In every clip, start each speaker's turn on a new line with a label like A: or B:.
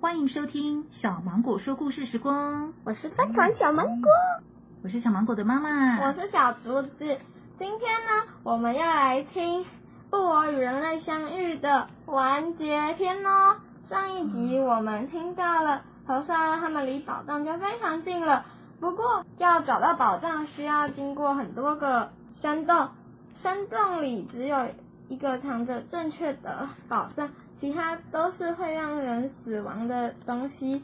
A: 欢迎收听小芒果说故事时光，
B: 我是翻糖小芒果，
A: 我是小芒果的妈妈。
B: 我是小竹子。今天呢，我们要来听布偶与人类相遇的完结篇哦。上一集我们听到了和尚他们离宝藏就非常近了，不过要找到宝藏需要经过很多个山洞，山洞里只有一个藏着正确的宝藏，其他都是会让人死亡的东西。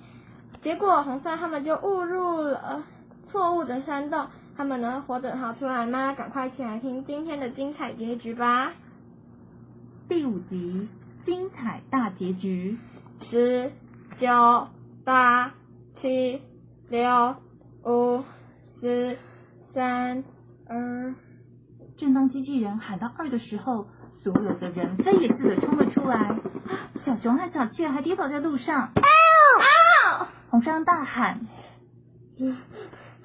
B: 结果红帅他们就误入了错误的山洞，他们能活着逃出来吗？赶快起来听今天的精彩结局吧！
A: 第五集精彩大结局，
B: 十、九、八、七、六、五、四、三、二。
A: 正当机器人喊到二的时候，所有的人飞也似的冲了出来，小熊和小雀还跌倒在路上。
B: 啊！
A: 红山大喊，
B: 小啊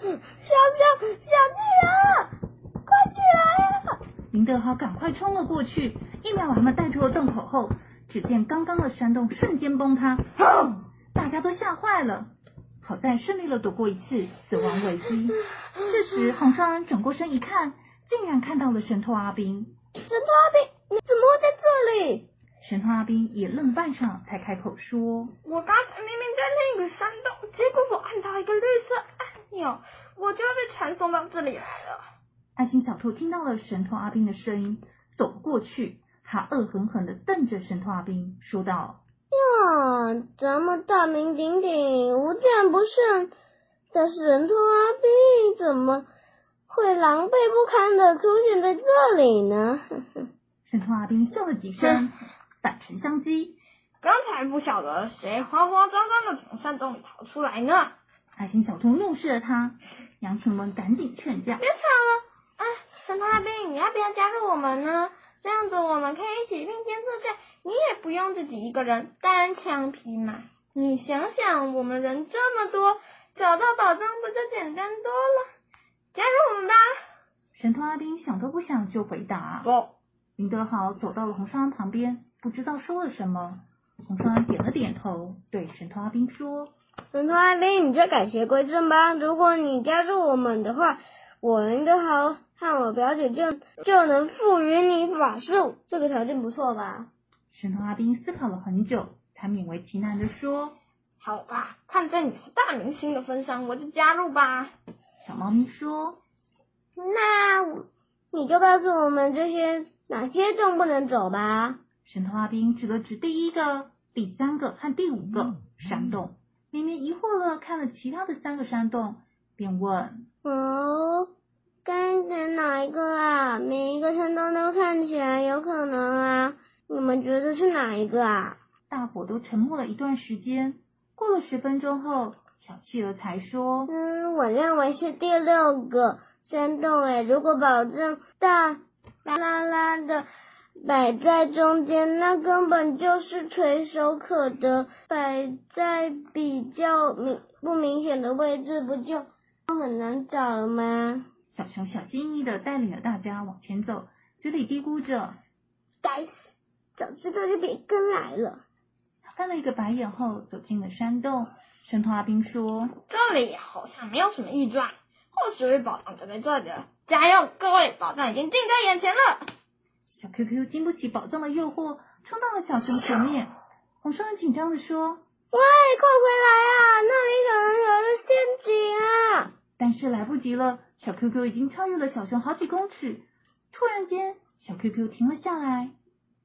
B: 小小企鹅，快起来啊！
A: 林德豪赶快冲了过去，一秒把他们带出了洞口后，只见刚刚的山洞瞬间崩塌，砰！大家都吓坏了。好在顺利的躲过一次死亡危机。这时，红少安转过身一看，竟然看到了神偷阿兵。
B: 神偷阿兵，你怎么会在这里？
A: 神偷阿兵也愣了半晌，才开口说
B: 我刚才明明在另一个山洞，结果我按到一个绿色按钮，我就要被传送到这里来了。：“
A: 爱心小兔听到了神偷阿兵的声音，走过去，他恶狠狠的瞪着神偷阿兵，说道
B: 呀，咱们大名鼎鼎、无战不胜的神偷阿兵，怎么会狼狈不堪的出现在这里呢？：‘
A: 神偷阿兵笑了几声，反唇相讥。’
B: 刚才不晓得谁慌慌张张的从山洞里逃出来呢。
A: 爱心小兔怒视了他，羊群们赶紧劝架
B: 别。吵了！啊，神偷阿兵，你要不要加入我们呢？这样子我们可以一起并肩作战，你也不用自己一个人单枪匹马。你想想，我们人这么多，找到宝藏不就简单多了？加入我们吧！
A: 神偷阿兵想都不想就回答。
B: 不，
A: 林德豪走到了红双安旁边，不知道说了什么。红双安点了点头，对神偷阿兵说
B: 神偷阿兵，你就改邪归正吧。如果你加入我们的话，我林德豪和我表姐就就能赋予你法术，这个条件不错吧？：“
A: 神偷阿兵思考了很久，才勉为其难的说
B: 好吧，看在你是大明星的份上，我就加入吧。：‘
A: 小猫咪说，
B: 那我你就告诉我们这些哪些洞不能走吧。
A: 神偷阿兵指了指第一个、第三个和第五个山洞，明明疑惑了看了其他的三个山洞，便问。”
B: 哦，该选哪一个啊？每一个山洞都看起来有可能啊，你们觉得是哪一个啊？
A: 大伙都沉默了一段时间。过了十分钟后，小企鹅才说
B: 嗯，我认为是第六个山洞诶。如果保证大拉拉的摆在中间，那根本就是垂手可得；摆在比较明不明显的位置，不就很难找了吗？：“
A: 小熊小心翼翼的带领了大家往前走，嘴里嘀咕着。
B: 该死，早知道就别跟来了。
A: 他翻了一个白眼后，走进了山洞。神童阿兵说
B: 这里好像没有什么异状，或许宝藏就在这里了。加油，各位，宝藏已经近在眼前了。：‘
A: 小 QQ 经不起宝藏的诱惑，冲到了小熊前面。’红双很紧张的说
B: 喂，快回来啊！那里可能有一个陷阱啊！：‘
A: 但是来不及了，小 QQ 已经超越了小熊好几公尺。’突然间，小 QQ 停了下来。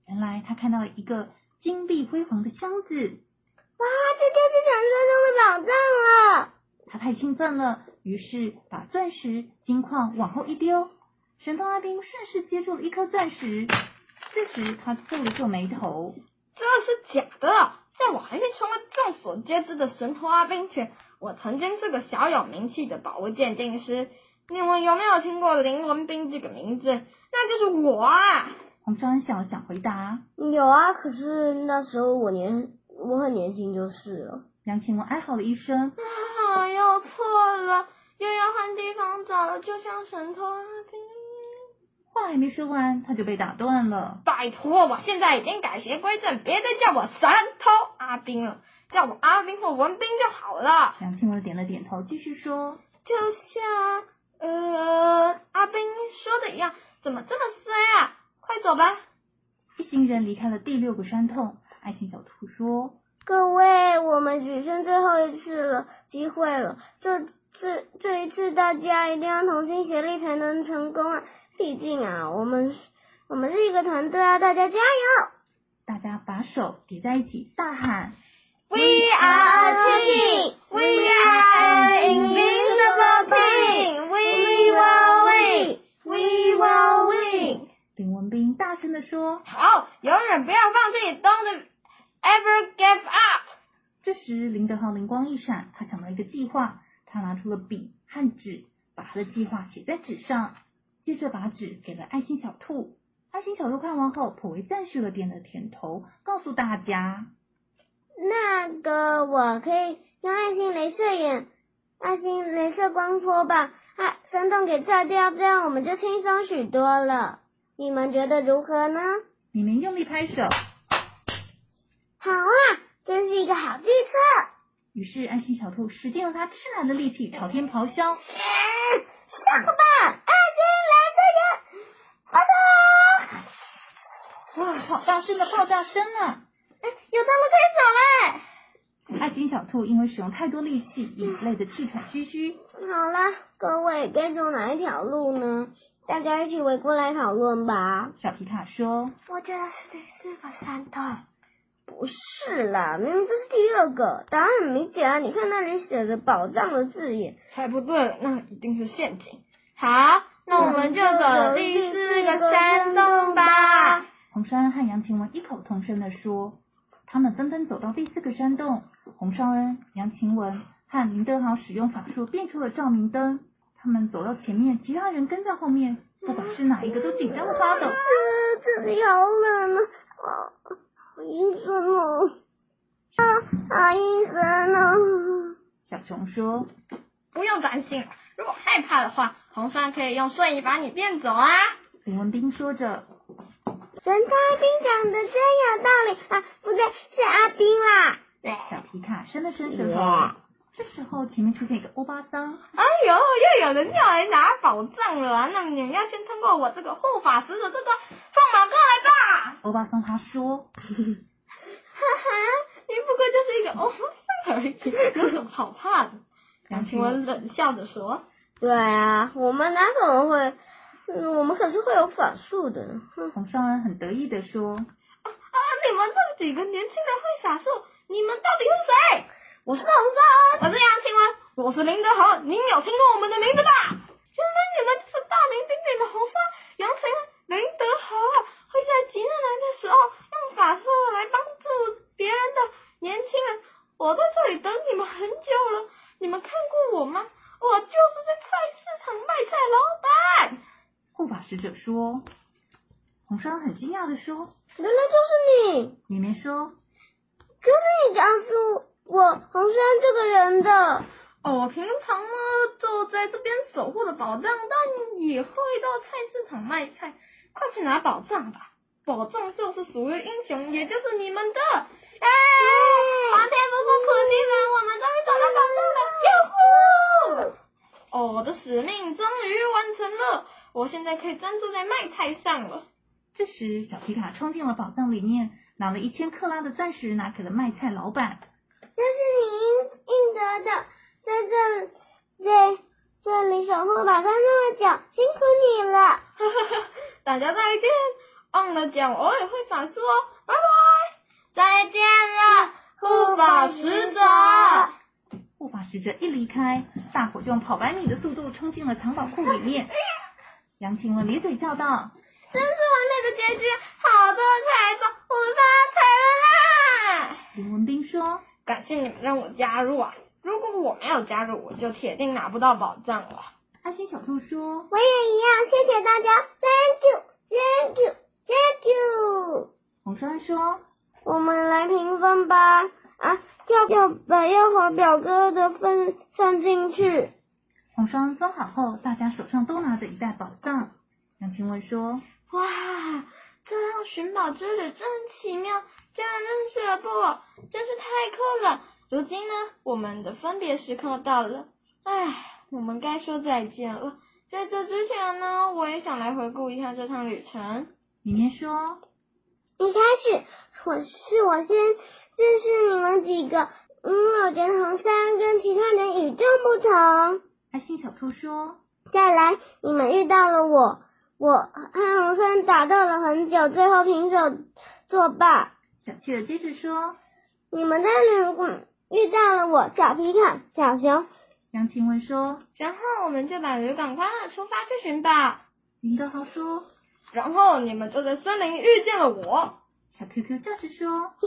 A: 原来他看到一个金碧辉煌的箱子。
B: 哇，这就是传说中的宝藏了！
A: 他太兴奋了，于是把钻石、金矿往后一丢。神童阿兵顺势接住了一颗钻石，这时他皱了皱眉头。
B: 这是假的，在我还没成为众所皆知的神偷阿兵前，我曾经是个小有名气的宝物鉴定师。你们有没有听过林文斌这个名字？那就是我啊！
A: 红双安想了想，回答。
B: 有啊，可是那时候我年我很年轻就是了。
A: 梁晴雯哀嚎了一声，
B: 啊，又错了，又要换地方找了，就像神偷阿兵。
A: 话还没说完，他就被打断了。
C: 拜托，我现在已经改邪归正，别再叫我神偷阿兵了，叫我阿兵或文兵就好了。
A: 梁庆文点了点头，继续说。
C: 就像呃阿兵说的一样，怎么这么衰啊？快走吧！
A: 一行人离开了第六个山洞。爱心小兔说
B: 各位，我们只剩最后一次了，机会了。这这这一次，大家一定要同心协力才能成功啊！毕竟啊，我们我们是一个团队啊，大家加油！：“
A: 大家把手叠在一起，大喊
C: We are a team. We are an invincible team. We will win. We will win.！”
A: 林文斌大声的说。
C: 好，永远不要放弃，Don't ever give up。
A: 这时，林德豪灵光一闪，他想到一个计划，他拿出了笔和纸，把他的计划写在纸上，接着把纸给了爱心小兔。爱心小兔看完后，颇为赞许了，点了点头，告诉大家。
B: 那个我可以用爱心镭射眼、爱心镭射光波把啊山洞给炸掉，这样我们就轻松许多了。你们觉得如何呢？
A: 你们用力拍手。
B: 好啊，真是一个好计策。
A: 于是，爱心小兔使尽了它吃奶的力气，朝天咆哮。
B: 上吧，爱心镭射眼，发射！
A: 哇，好大声的爆炸声啊！
B: 哎有道路
A: 爱心小兔因为使用太多力气，也累得气喘吁吁。
B: 可以走了。好啦，各位该走哪一条路呢？大家一起围过来讨论吧。
A: 小皮卡说
B: 我觉得是第四个山洞。不是啦，明明就是第二个，答案很明显啊！你看那里写着“宝藏”的字眼，
C: 才不对，那一定是陷阱。好，那我们就走第四个山洞吧。：“
A: 红山和杨晴雯异口同声的说。”他们纷纷走到第四个山洞。红烧恩、杨晴雯和林德豪使用法术变出了照明灯。他们走到前面，其他人跟在后面。不管是哪一个，都紧张的发抖。
B: 呃，这里好冷啊，啊好阴森哦，啊，好阴森哦。
A: 小熊说
C: 不用担心，如果害怕的话，红山可以用瞬移把你变走啊。：“
A: 林文斌说着，
B: 神探兵讲的真有道理啊！不对，是阿兵啦。
C: 对，
A: 小皮卡伸了伸舌头
B: 哇。
A: 这时候，前面出现一个欧巴桑，
C: 哎呦，又有人要来拿宝藏了啊！那么你们要先通过我这个护法使者这个放马过来吧。
A: 欧巴桑他说。
C: 哈哈，你不过就是一个欧巴桑而已，有什么好怕的？
A: 杨
C: 杨
A: 晴
C: 晴
A: 雯
C: 雯冷笑着说
B: 对啊，我们哪可能会？嗯我们可是会有法术的。哼
A: 红烧恩很得意的说
C: 啊，你们这几个年轻人会法术，你们到底是谁？我是红山，我是杨晴雯，我是林德豪，您有听过我们的名字吧？原来你们就是大名鼎鼎的红山、杨晴雯、林德豪啊，会在急难来的时候用法术来帮助别人的年轻人。我在这里等你们很久了，你们看过我吗？我就是在菜市场卖菜老板。：“
A: 护法使者说。”红烧恩很惊讶的说
B: 原来就是你，：“
A: 里面说，
B: 就是你告诉我红山这个人的。
C: 哦，平常呢就在这边守护着宝藏，但也会到菜市场卖菜。快去拿宝藏吧，宝藏就是属于英雄，也就是你们的。哎，皇天不负苦心人，我们终于找到宝藏了！哟呼！哦，我的使命终于完成了，我现在可以专注在卖菜上了。
A: 这时小皮卡冲进了宝藏里面，拿了一千克拉的钻石拿给了卖菜老板。
B: 这是你应应得的，在这里在这里守护宝藏那么久，辛苦你了。
C: 大家再见，忘了讲，我也会反思哦，拜拜，再见了，护法使者。
A: 护法使者一离开，大伙就用跑百米的速度冲进了藏宝库里面。杨晴雯咧嘴笑道
C: 真是完美的结局，好多彩妆，我们发财了啦！：“
A: 林文斌说，
C: 感谢你们让我加入啊，如果我没有加入，我就铁定拿不到宝藏了。
A: 爱心小兔说，
B: 我也一样，谢谢大家，Thank you，Thank you，Thank you。
A: 红山说，
B: 我们来评分吧，啊，要要把耀华表哥的分算进去。
A: 红山分好后，大家手上都拿着一袋宝藏。杨晴雯说
C: 哇，这趟寻宝之旅真奇妙，竟然认识了布偶，真是太酷了！如今呢，我们的分别时刻到了，唉，我们该说再见了。在这之前呢，我也想来回顾一下这趟旅程。：“
A: 绵绵说，
B: 一开始我是我先认识你们几个，嗯，我觉得红山跟其他人与众不同。
A: 爱心小兔说，
B: 再来，你们遇到了我，我和红山打斗了很久，最后平手作罢。
A: 小企鹅接着说。”
B: 你们在旅馆遇到了我，小皮卡、小熊。
A: 杨晴雯说
C: 然后我们就把旅馆关了，出发去寻宝。：“
A: 林德豪说，
C: 然后你们就在森林遇见了我。
A: 小 QQ 笑着说，
B: 嘿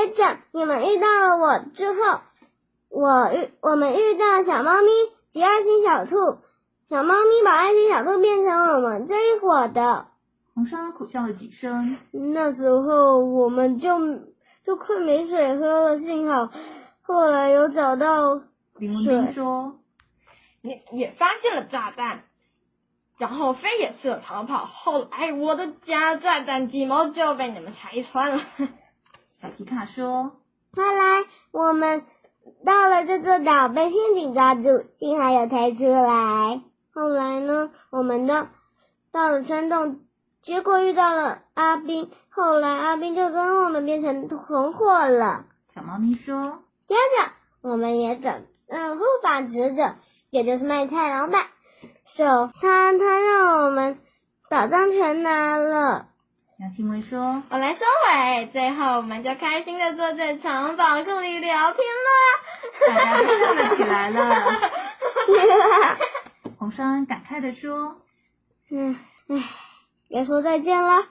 B: 嘿， 接着你们遇到了我之后，我遇我们遇到小猫咪及爱心小兔，小猫咪把爱心小兔变成我们这一伙的。
A: 红烧苦笑了几声。
B: 那时候我们就就快没水喝了，幸好后来有找到
A: 林文斌说，
C: 你也发现了炸弹，然后飞也试了逃跑。后来我的假炸弹几毛就被你们拆穿了。
A: 小皮卡说，
B: 后来我们到了这座岛，被陷阱抓住，幸好有逃出来。后来呢，我们到到了山洞，结果遇到了阿斌，后来阿斌就跟我们变成同伙了。
A: 小猫咪说，
B: 接着我们也找嗯护法使者，也就是卖菜老板，手他他让我们宝藏全拿了。
A: 杨晴雯说，
C: 我来收尾，最后我们就开心的坐在藏宝库里聊天
A: 大家
C: 啦。
A: 都笑了起来了。红烧恩感慨的说
B: 嗯，唉，该说再见了。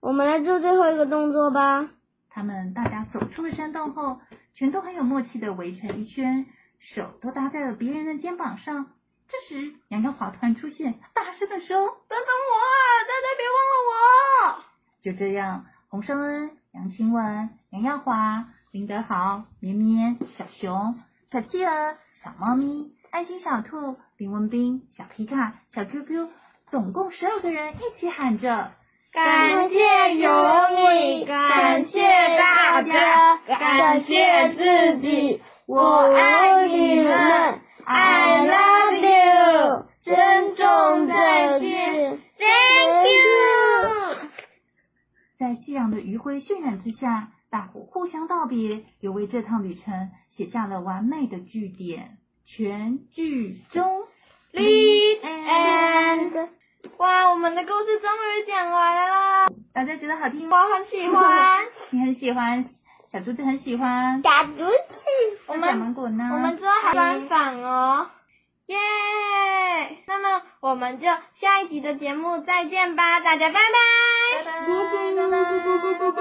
B: 我们来做最后一个动作吧。：“
A: 他们大家走出了山洞后，全都很有默契的围成一圈，手都搭在了别人的肩膀上。”这时，杨耀华突然出现，大声的说
C: 等等我啊，大家别忘了我。：“
A: 就这样，洪绍恩、杨清文、杨耀华、林德豪、绵绵、小熊、小啊企鹅、小猫咪、爱心小兔、林文斌、小皮卡、小 QQ，总共十二个人一起喊着。”
C: 感谢有你，感谢大家，感谢自己，我爱你们，I love you，珍重再见，Thank you。
A: 在夕阳的余晖渲染之下，大伙互相道别，也为这趟旅程写下了完美的句点。全剧终。
C: Lead and，哇，我们的故事终于讲完了，
A: 大家觉得好听
C: 我
A: 吗？
C: 很喜欢。
A: 你很喜欢，小竹子很喜欢。
B: 打竹子，
C: 我
A: 那小
C: 们
A: 芒果呢？
C: 我们之后还专访哦，耶！那么我们就下一集的节目再见吧，大家拜
A: 拜
C: 拜，
A: 拜拜拜拜拜拜拜。